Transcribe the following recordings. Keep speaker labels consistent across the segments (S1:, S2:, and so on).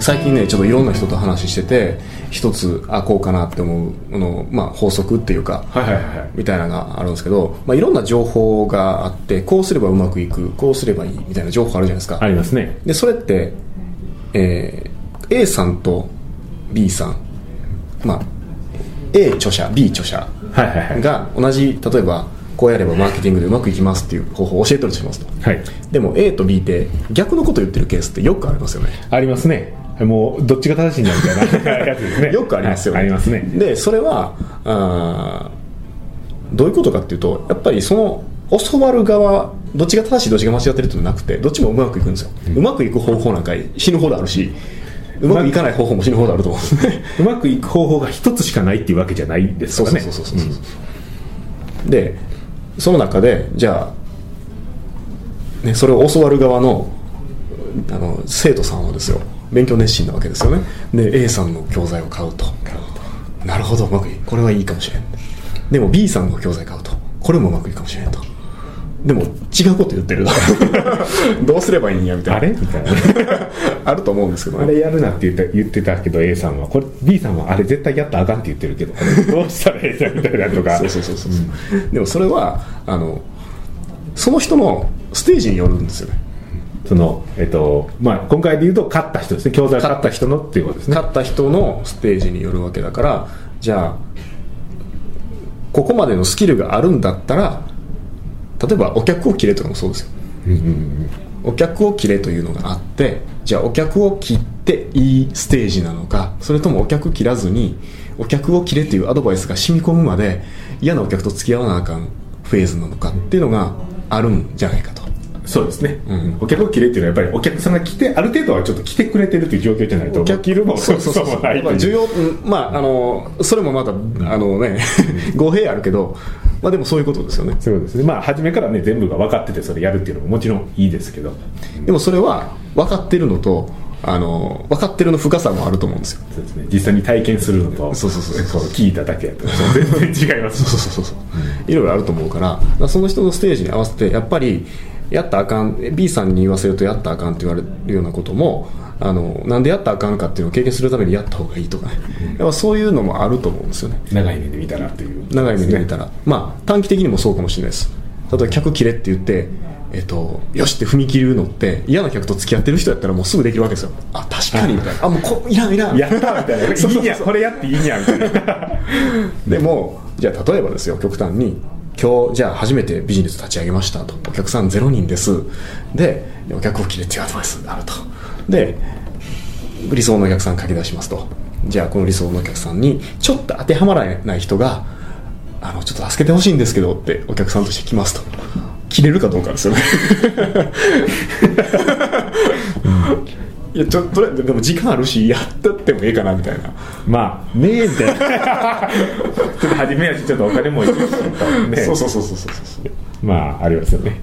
S1: 最近ねちょっといろんな人と話してて一つあこうかなって思うあの、まあ、法則っていうか、
S2: はいはいはいはい
S1: みたいなのがあるんですけど、まあ、いろんな情報があってこうすればうまくいくこうすればいいみたいな情報あるじゃないですか、
S2: ありますね
S1: でそれって、えー A さんと B さんまあ A 著者 B 著者
S2: はいはいはい
S1: が同じ例えばこうやればマーケティングでうまくいきますっていう方法を教えてるとしますと
S2: はい
S1: でも A と B って逆のこと言ってるケースってよくありますよね
S2: ありますねもうどっちが正しいんだみたいなやつですね
S1: よくありますよね、
S2: はいありますね
S1: でそれはあーどういうことかっていうとやっぱりその教わる側どっちが正しいどっちが間違ってるっていうのはなくてどっちもうまくいくんですよ、うまくいく方法なんか死ぬほどあるしうまくいかない方法も死ぬほどあると思うんですね
S2: うまくいく方法が一つしかないっていうわけじゃないです
S1: そう
S2: から
S1: そう
S2: ね
S1: そうそうそうそう、でその中でじゃあ、ね、それを教わる側のあの生徒さんはですよ勉強熱心なわけですよねで A さんの教材を買うとなるほどうまくいいこれはいいかもしれんでも B さんの教材買うとこれもうまくいくかもしれんとでも違うこと言ってる どうすればいいんやみたいな
S2: あれみたいな
S1: あると思うんですけど
S2: あ
S1: ね
S2: れやるなって言った言ってたけど A さんはこれ B さんはあれ絶対やったらあかんって言ってるけどこれどうしたらええじゃんみたいなとか
S1: そうそうそうそう、でもそれはあのその人のステージによるんですよね
S2: その、えっとまあ、今回で言うと勝った人ですね教材を勝った人のっていうことですね
S1: 勝った人のステージによるわけだからじゃあここまでのスキルがあるんだったら例えばお客を切れとかもそうですよ、お客を切れというのがあってじゃあお客を切っていいステージなのかそれともお客切らずにお客を切れというアドバイスが染み込むまで嫌なお客と付き合わなあかんフェーズなのかっていうのがあるんじゃないかと
S2: そうですね、
S1: ん
S2: お客を切れっていうのはやっぱりお客さんが来てある程度はちょっと来てくれてるという状況じゃないと
S1: お客
S2: いるも
S1: そうそうそう
S2: も
S1: やっぱり需要、うんまあ、あのそれもまた、あの ね語弊あるけど、まあ、でもそういうことですよね
S2: そういうことですねまあ初めからね全部が分かっててそれやるっていうのももちろんいいですけど
S1: でもそれは分かってるのとあの分かってるの深さもあると思うんですよ
S2: そうですね実際に体験するのと
S1: そうそうそう
S2: こ聞いただけやと全然違います
S1: そうそうそうそういろいろあると思うからだからその人のステージに合わせてやっぱりやったらあかん B さんに言わせるとやったらあかんって言われるようなこともあのなんでやったらあかんかっていうのを経験するためにやった方がいいとかねやっぱそういうのもあると思うんですよね
S2: 長い目で見たらっていう
S1: 長い目で見たら、まあ短期的にもそうかもしれないです例えば客切れって言ってえっと、よしって踏み切るのって嫌な客と付き合ってる人やったらもうすぐできるわけですよあ確かにみたいなあもうこいらんいらん
S2: やったみたい な
S1: そうそうそう
S2: いいやこれやっていいんやみたいな
S1: でもじゃあ例えばですよ極端に今日じゃあ初めてビジネス立ち上げましたとお客さんゼロ人ですでお客を切れっていうアドバイスがあるとで理想のお客さん書き出しますとじゃあこの理想のお客さんにちょっと当てはまらない人があのちょっと助けてほしいんですけどってお客さんとして来ますと切れるかどうかですよねいやちょっとりあえずでも時間あるしやったってもええかなみたいな
S2: まあねえみたいなちょっと初めやしちょっとお金もいるしね
S1: そうそうそうそうそうそう
S2: まあありますよ ね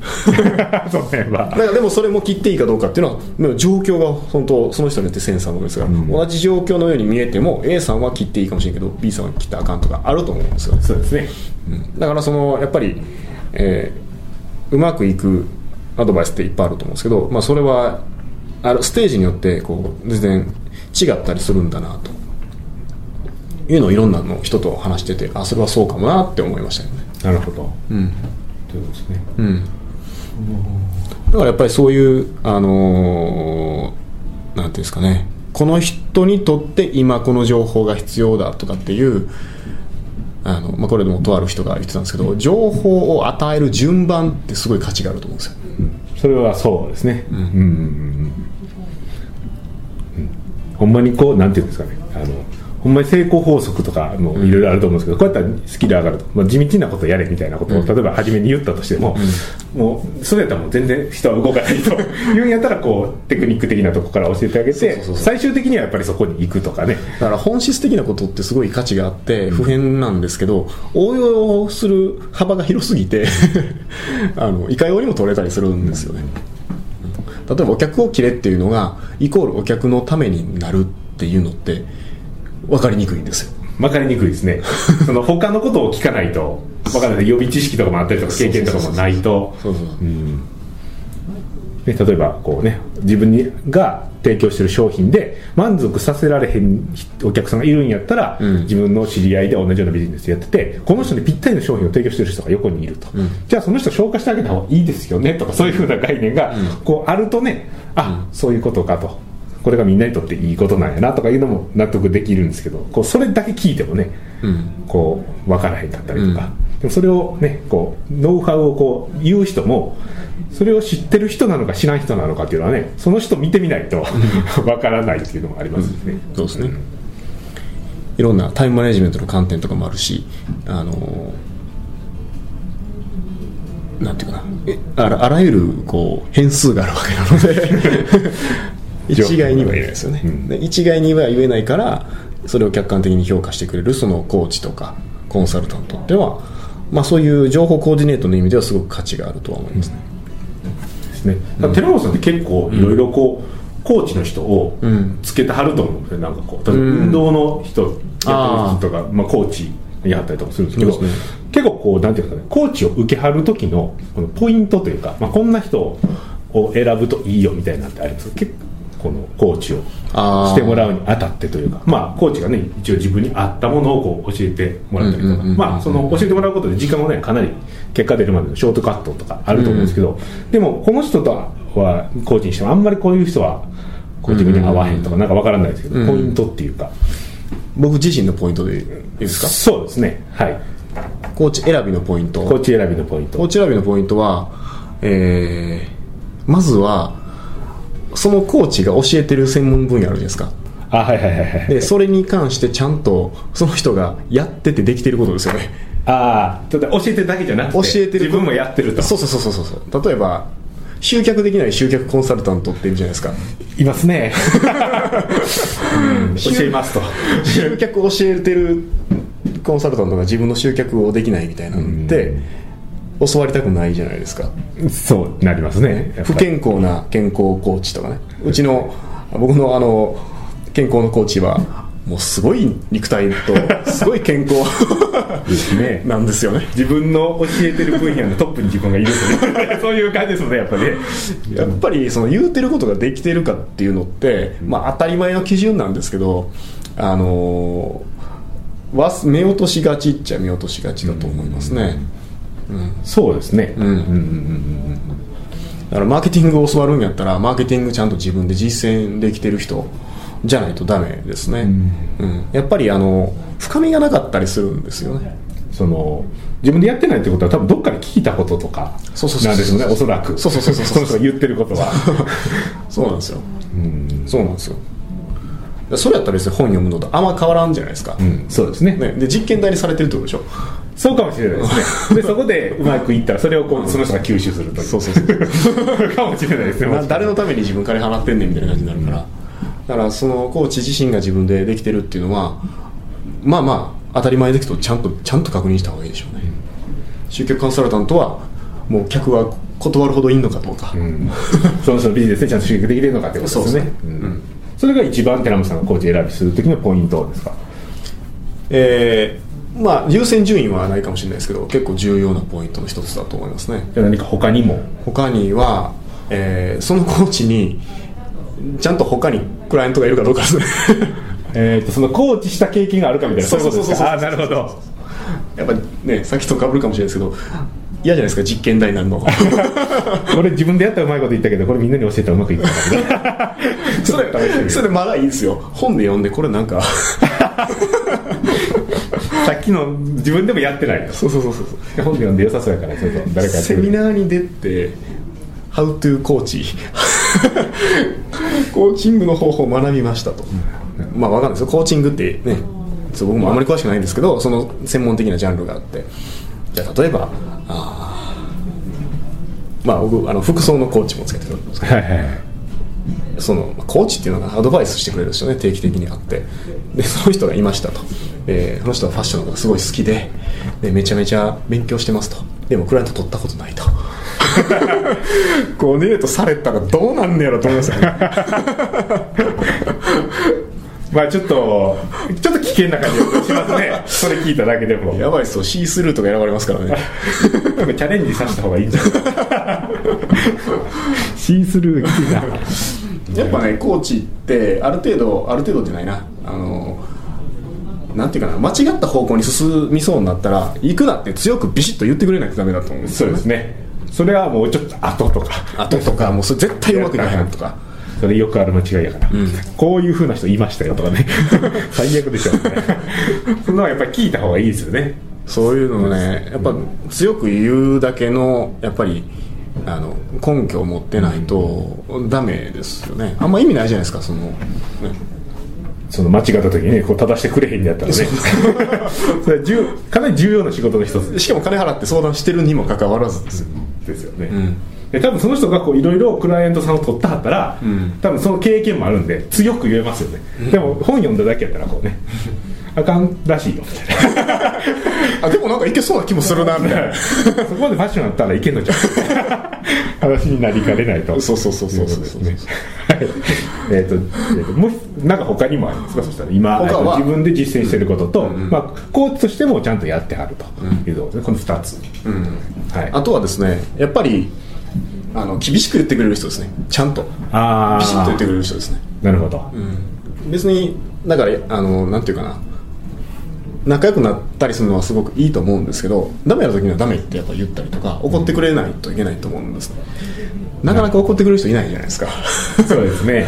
S2: その辺は
S1: だからでもそれも切っていいかどうかっていうのはでも状況が本当その人によってセンサーもですから、同じ状況のように見えても A さんは切っていいかもしれんけど B さんは切ったらあかんとかあると思うんですよね、
S2: そうですね
S1: うんだからそのやっぱり、えーうまくいくアドバイスっていっぱいあると思うんですけど、まあ、それはあるステージによってこう全然違ったりするんだなというのをいろんなの人と話しててあそれはそうかもなって思いましたよね
S2: なるほどうんそうですね
S1: だからやっぱりそういう、あのーなんていうんですかね、この人にとって今この情報が必要だとかっていう、あのまあ、これでもとある人が言ってたんですけど、情報を与える順番ってすごい価値があると思うんですよ。
S2: それはそうですねうんうんうんうんほんまにこうなんていうんですかねあのほんまに成功法則とかもいろいろあると思うんですけど、こうやったらスキル上がると、まあ、地道なことやれみたいなことを、例えば初めに言ったとしても、もうそれやったらもう全然人は動かない というんやったらこうテクニック的なとこから教えてあげて最終的にはやっぱりそこに行くとかね
S1: だから本質的なことってすごい価値があって普遍なんですけど、応用する幅が広すぎて あのいかようにも取れたりするんですよね、例えばお客を切れっていうのがイコールお客のためになるっていうのって分かりにくいんですよ
S2: 分かりにくいです ねその他のことを聞かないと分からない予備知識とかもあったりとか経験とかもないと
S1: そうそう、
S2: ね、例えばこうね自分にが提供してる商品で満足させられへんお客さんがいるんやったら、
S1: うん
S2: 自分の知り合いで同じようなビジネスやっててこの人にぴったりの商品を提供してる人が横にいると、じゃあその人紹介してあげた方がいいですよねとかそういうふうな概念がこうあるとねあ、そういうことかとこれがみんなにとっていいことなんやなとかいうのも納得できるんですけどこうそれだけ聞いてもね、こう分からへんかったりとか、でもそれをねこうノウハウをこう言う人もそれを知ってる人なのか知らん人なのかっていうのはねその人見てみないと 分からないっていうのもありますね、
S1: そうですね、いろんなタイムマネジメントの観点とかもあるしあのなんていうかなえあらあらゆるこう変数があるわけなの で一概には言えないですよね、
S2: うん
S1: で一概には言えないからそれを客観的に評価してくれるそのコーチとかコンサルタントっていうのは、まあ、そういう情報コーディネートの意味ではすごく価値があるとは思いますね、
S2: ですねだから寺本さんって結構いろいろこう、コーチの人を
S1: ん
S2: つけてはると思うんですよなんかこう例えば
S1: うん
S2: 運動の人やってる人とかまあ、コーチやったりとかするんですけど
S1: そうですね
S2: 結構こうなんていうかねコーチを受けはる時のこのポイントというか、まあ、こんな人を選ぶといいよみたいなのってあります結構このコーチを
S1: あー
S2: してもらうにあたってというかまあコーチがね一応自分に合ったものをこう教えてもらったり
S1: うんうん
S2: とか
S1: うんうん
S2: まあその教えてもらうことで時間もねかなり結果出るまでのショートカットとかあると思うんですけど、でもこの人とはコーチにしてもあんまりこういう人はこう自分に合わへんとかなんかわからないですけど、
S1: うん
S2: ポイントっていうか、
S1: 僕自身のポイントでいいですか
S2: そうですねはい
S1: コーチ選びのポイント
S2: コーチ選びのポイン
S1: コー
S2: ト
S1: チ選びのポイントは、えーまずはそのコーチが教えてる専門分野あるじゃないですか
S2: あはいはいはいはい
S1: でそれに関してちゃんとその人がやっててできてることですよね
S2: ああ教 えてるだけじゃなくて
S1: 教えてる
S2: 自分もやってると
S1: そうそうそうそうそう例えば集客できない集客コンサルタントっているじゃないですか
S2: いますね うん教えま すと
S1: 集客教えてるコンサルタントが自分の集客をできないみたいなのって教わりたくないじゃないですか
S2: そうなりますねやっぱり
S1: 不健康な健康コーチとかねうちの僕のあの健康のコーチはもうすごい肉体とすごい健康
S2: ですね
S1: なんですよね
S2: 自分の教えてる分野のトップに自分がいるというそういう感じですよねやっぱりね
S1: やっぱりその言うてることができてるかっていうのって、まあ、当たり前の基準なんですけどあのわす目落としがちっちゃ目落としがちだと思いますね
S2: そうですね、
S1: んだからマーケティングを教わるんやったらマーケティングちゃんと自分で実践できてる人じゃないとダメですね、うん、やっぱりあの深みがなかったりするんですよね
S2: その自分でやってないってことは多分どっかで聞いたこととか
S1: そうそうそうそう
S2: なんですよねおそらく
S1: そうそうそうそう
S2: その人が言ってることは
S1: そうなんですよ、そうなんですよそれやったら別に本読むのとあんま変わらんじゃないですか、
S2: うんそうですね
S1: ね、で実験台にされてるってことでしょ
S2: そうかもしれないですねでそこでうまくいったらそれをこうその人が吸収するという
S1: そうそうそう
S2: かもしれないですね
S1: な誰のために自分金払ってんねんみたいな感じになるから、だからそのコーチ自身が自分でできてるっていうのはまあまあ当たり前ですけどちゃんとちゃんと確認した方がいいでしょうね集客コンサルタントはもう客は断るほどいいのかどうか、
S2: うんその人のビジネスでちゃんと集客できてるのかってことです
S1: そう
S2: ね
S1: そう
S2: うんそれが一番寺本さんがコーチ選びする時のポイントですか
S1: えーまあ優先順位はないかもしれないですけど結構重要なポイントの一つだと思いますね
S2: じゃあ何か他にも
S1: 他には、えーそのコーチにちゃんと他にクライアントがいるかどうかですね
S2: えー、とそのコーチした経験があるかみたいな
S1: そうそうそうそう
S2: いことですかああなるほど
S1: やっぱねさっきとかぶるかもしれないですけど嫌じゃないですか実験台になる の
S2: 俺自分でやったらうまいこと言ったけどこれみんなに教えたらうまくいったから
S1: それそれまだいいですよ本で読んでこれなんか
S2: さっきの自分でもやってない
S1: そうそうそうそうそう
S2: 本で読んで良さそうやからちょっと誰かやって
S1: セ
S2: くれ
S1: ミ
S2: る
S1: ナーに出て「How to コーチ」 コーチングの方法を学びましたと、まあわかんないですよコーチングってねそう僕もあまり詳しくないんですけどその専門的なジャンルがあってじゃあ例えばあーまあ僕あの服装のコーチもつけてるんですけ
S2: はいはいはい
S1: どそのまあコーチっていうのがアドバイスしてくれるんですよね定期的に会ってでその人がいましたとでこの人はファッションのことがすごい好きででめちゃめちゃ勉強してますとでもクライアント取ったことないと こう ねえとされたらどうなんねやろと思いますよね
S2: まあちょっとちょっと危険な感じがしますねそれ聞いただけでも
S1: やばいっすよシースルーとか選ばれますからね
S2: なんかチャレンジさせた方がいいんじゃないシースルー聞いた
S1: やっぱねコーチってある程度ある程度じゃないなあのなんていうかな間違った方向に進みそうになったら行くなって強くビシッと言ってくれないとダメだと思うんです
S2: そうですねそれはもうちょっと後とか
S1: あととかもうそれ絶対うまくないなとか
S2: それよくある間違いやから、こういう風な人いましたよとか ね最悪でしょうねそんなのはやっぱり聞いた方がいいですよね
S1: そういうのねやっぱ強く言うだけのやっぱりあの根拠を持ってないとダメですよねあんま意味ないじゃないですかその、ね
S2: その間違った時にねこう正してくれへんでやったらねそれは重かなり重要な仕事の一つ
S1: しかも金払って相談してるにもかかわらずですよ
S2: ですよね、で多分その人がこういろいろクライアントさんを取ったはったら、多分その経験もあるんで強く言えますよね、でも本読んだだけやったらこうねあかんらしいよ みたいな
S1: あでもなんかいけそうな気もするなみたいな
S2: そこまでファッションあったらいけんのじゃん 話になりかねないと
S1: そうそうそうそうそう
S2: ですねはいえっとえっともう一なんか他にもありますかそしたら今
S1: 他は
S2: えっと自分で実践してることと、まあ、コーチとしてもちゃんとやってはるというところですね、この2つ、はい、
S1: あとはですねやっぱりあの厳しく言ってくれる人ですねちゃんと
S2: あー
S1: ビシッと言ってくれる人ですね
S2: なるほど、
S1: 別にだからあのなんていうかな仲良くなったりするのはすごくいいと思うんですけどダメな時にはダメってやっぱ言ったりとか怒ってくれないといけないと思うんですねなかなか怒ってくれる人いないじゃないですか
S2: そうですね、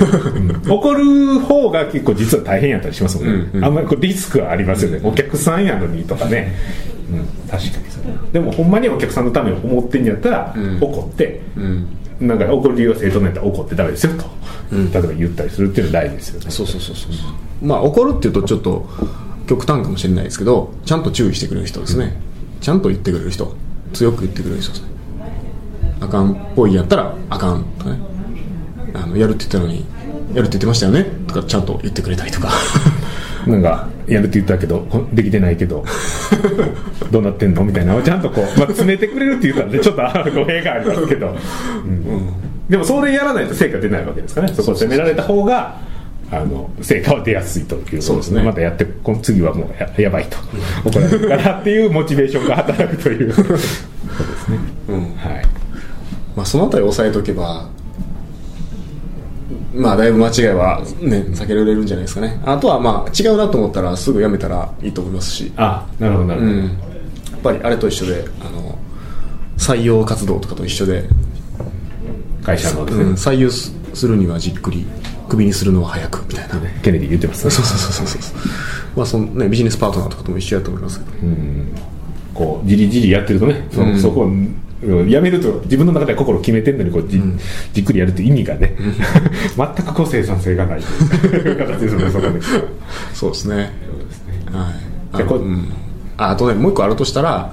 S2: 怒る方が結構実は大変やったりしますもんね、
S1: うんうん
S2: あんまりこうリスクはありますよね、お客さんやのにとかね、うん、確かにそうでもほんまにお客さんのために思ってんやったら、
S1: ん
S2: 怒って、
S1: ん
S2: なんか怒る理由が正当なんやったら怒ってダメですよと、例えば言ったりするっていうのは大事ですよ ね
S1: そうそうそうそうまあ怒るっていうとちょっと極端かもしれないですけどちゃんと注意してくれる人ですね、ちゃんと言ってくれる人強く言ってくれる人ですねあかんっぽいやったらあかんとかねあのやるって言ったのにやるって言ってましたよねとかちゃんと言ってくれたりとか
S2: なんかやるって言ったけどこできてないけどどうなってんのみたいなのをちゃんとこう、まあ、詰めてくれるって言ったんでちょっとあの語弊がありますけど、うんでもそれやらないと成果出ないわけですからねそこを責められた方があの成果は出やすいということ
S1: そうですね
S2: またやってこの次はもうややばいと怒られるからっていうモチベーションが働くというそうですね、はい
S1: まあそのあたり押さえとけばまあだいぶ間違いはね避けられるんじゃないですかねあとはまあ違うなと思ったらすぐやめたらいいと思いますし
S2: あなるほどなるほど、
S1: うん、やっぱりあれと一緒であの採用活動とかと一緒で、
S2: 会社のです
S1: う
S2: ね、
S1: ん、採用すするにはじっくりクビにするのは早くみたいな、
S2: ケネディ言ってますね
S1: そうそうそうそうそうまあそのねビジネスパートナーとかとも一緒やと思いますけど、
S2: こうじりじりやってるとねそ,、そこをうんやめると自分の中で心を決めてるのにこうじ,、じっくりやるって意味がね、 全くこう生産性がない という形ですよねそこで
S1: そうですねはいあ
S2: じゃあこ
S1: のうんああとねもう一個あるとしたら、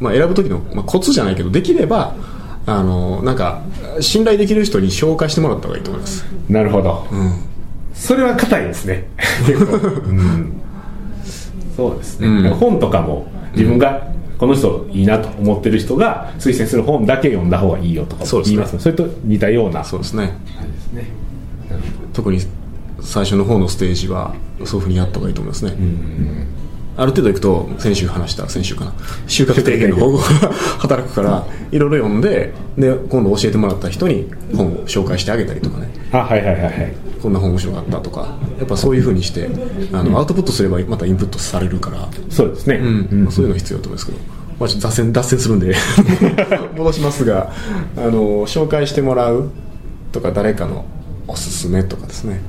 S1: まあ、選ぶ時の、まあ、コツじゃないけどできればあのなんか信頼できる人に紹介してもらった方がいいと思います
S2: なるほど、それは硬いですね 結構、うんそうですね、
S1: うん
S2: 本とかも自分が、この人いいなと思ってる人が推薦する本だけ読んだ方がいいよとか
S1: そうです
S2: 言
S1: ね
S2: いますねそれと似たような
S1: そうですね
S2: ですね
S1: 特に最初の方のステージはそういうふうにやった方がいいと思いますね、ある程度いくと先週話した先週かな収穫低減の方向から 働くからいろいろ読んでで今度教えてもらった人に本を紹介してあげたりとかね
S2: あはいはいはいはい
S1: こんな本面白かったとかやっぱそういうふうにしてあの、アウトプットすればまたインプットされるから、
S2: そうですね、
S1: うんまあそういうの必要だと思いますけど、まあ、ちょっと脱線脱線するんで 戻しますがあの紹介してもらうとか誰かのおすすめとかですね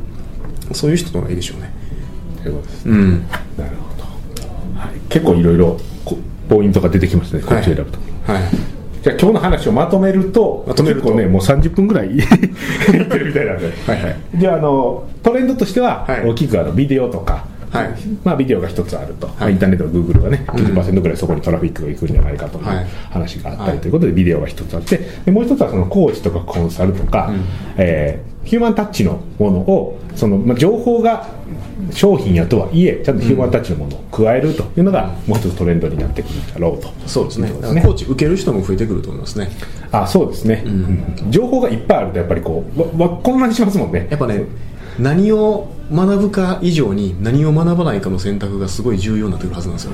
S1: そういう人の方がいいでしょうね
S2: ということです
S1: うん
S2: なるほど、はい、結構いろいろこポイントが出てきましたねこっち選ぶと、
S1: はい
S2: じゃあ今日の話をまとめると
S1: まとめると
S2: 結構ねもう30分ぐらい いってるみたいなんで
S1: はいはい
S2: じゃああのトレンドとしては
S1: はい
S2: 大きくあのビデオとか、
S1: はい
S2: まあ、ビデオが一つあると、まあインターネットの Google がね90%ぐらいそこにトラフィックが行くんじゃないかという
S1: はい
S2: 話があった
S1: は
S2: り
S1: い
S2: ということでビデオが一つあってでもう一つはそのコーチとかコンサルとか、えーヒューマンタッチのものをその、まあ、情報が商品やとはいえちゃんとヒューマンタッチのものを加えるというのがもう一つトレンドになってくるんだろうと
S1: そうですね
S2: いうこ
S1: だ
S2: と
S1: からコーチ受ける人も増えてくると思いますね
S2: あそうですね、うん情報がいっぱいあるとやっぱりこうわわ混乱しますもんね
S1: やっぱね何を学ぶか以上に何を学ばないかの選択がすごい重要になってくるはずなんですよ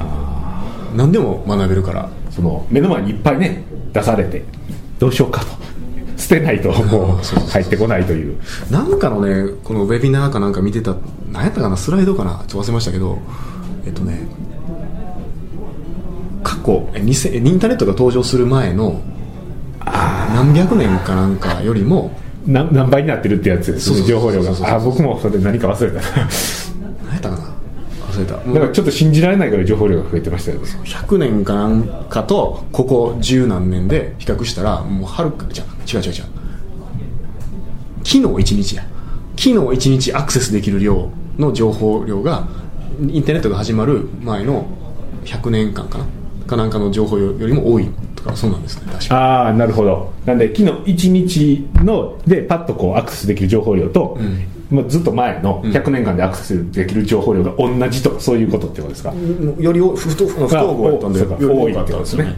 S1: 何でも学べるから
S2: その目の前にいっぱいね出されてどうしようかと 捨てないともう
S1: そうそうそう
S2: 入ってこないという
S1: なんかのねこのウェビナーかなんか見てた何やったかなスライドかなちょっと忘れましたけどえっとね過去え2000えインターネットが登場する前の何百年かなんかよりも
S2: な何倍になってるってやつですね
S1: そうそう
S2: 情
S1: そ
S2: 報
S1: う
S2: 量が
S1: そうそうそう
S2: あ僕もそれ何か忘れただ
S1: 何やったかな忘れたもう
S2: からちょっと信じられないぐらい情報量が増えてましたよね
S1: 100年かなんかとここ十何年で比較したらもうはるかじゃ違う違う違う昨日一日や昨日一日アクセスできる量の情報量がインターネットが始まる前の100年間かなかなんかの情報よよりも多いとかそうなんですね確か
S2: ああなるほどなんで昨日1日のでパッとこうアクセスできる情報量と、まあ、ずっと前の100年間でアクセスできる情報量が同じとかそういうことってことですか、
S1: により不不不統合やったんで
S2: そうか
S1: より
S2: 多いってことですね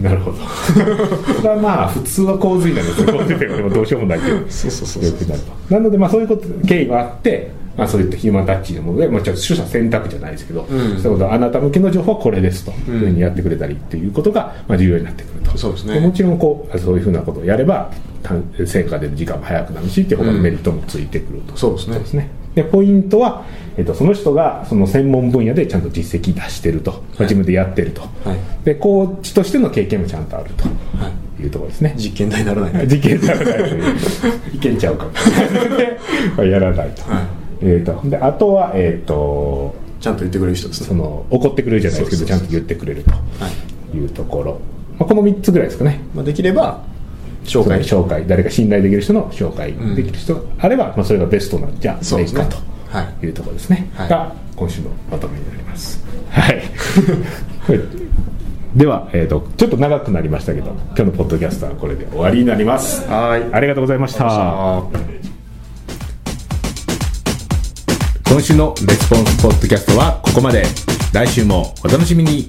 S2: なるほどそれはまあ普通は洪水なんですよ洪水ってこれもどうしようもないけど
S1: そうそうそう
S2: 良くなるとなのでまあそういうこと経緯があって、まあ、そういったヒューマンタッチのもので、まあ、ちょっと取捨選択じゃないですけど、そういうことあなた向けの情報はこれですというふうにやってくれたりっていうことが、まあ、重要になってくると
S1: そうですね
S2: もちろんこうそういうふうなことをやれば単成果出る時間も早くなるしっていう他のメリットもついてくると、
S1: そうですね
S2: そうですねでポイントは、えっとその人がその専門分野でちゃんと実績出してると、自分でやってると、
S1: はい
S2: でコーチとしての経験もちゃんとあるというところですね、
S1: 実験台にならない
S2: 事件ちゃうから いけんちゃうかもやらないと,、
S1: はい
S2: えー、とであとは、えー、と
S1: ちゃんと言ってくれる人です
S2: そ
S1: ね
S2: の怒ってくれるじゃないですけど
S1: そう
S2: ち
S1: そ
S2: ゃ
S1: うそうん
S2: と言ってくれるというところ、まあ、この3つぐらいですかね
S1: まあ、できれば紹
S2: その
S1: 介
S2: 紹介誰か信頼できる人の紹介できる人があれば、まあ、それがベストなんじゃ
S1: そう
S2: な
S1: で
S2: い
S1: すね
S2: かと
S1: はい
S2: いうところですね、
S1: はい
S2: が今週のまとめになりますはい これでは、えー、とちょっと長くなりましたけど今日のポッドキャストはこれで終わりになります
S1: はい
S2: ありがとうございました
S1: あー
S2: 今週のレスポンスポッドキャストはここまで来週もお楽しみに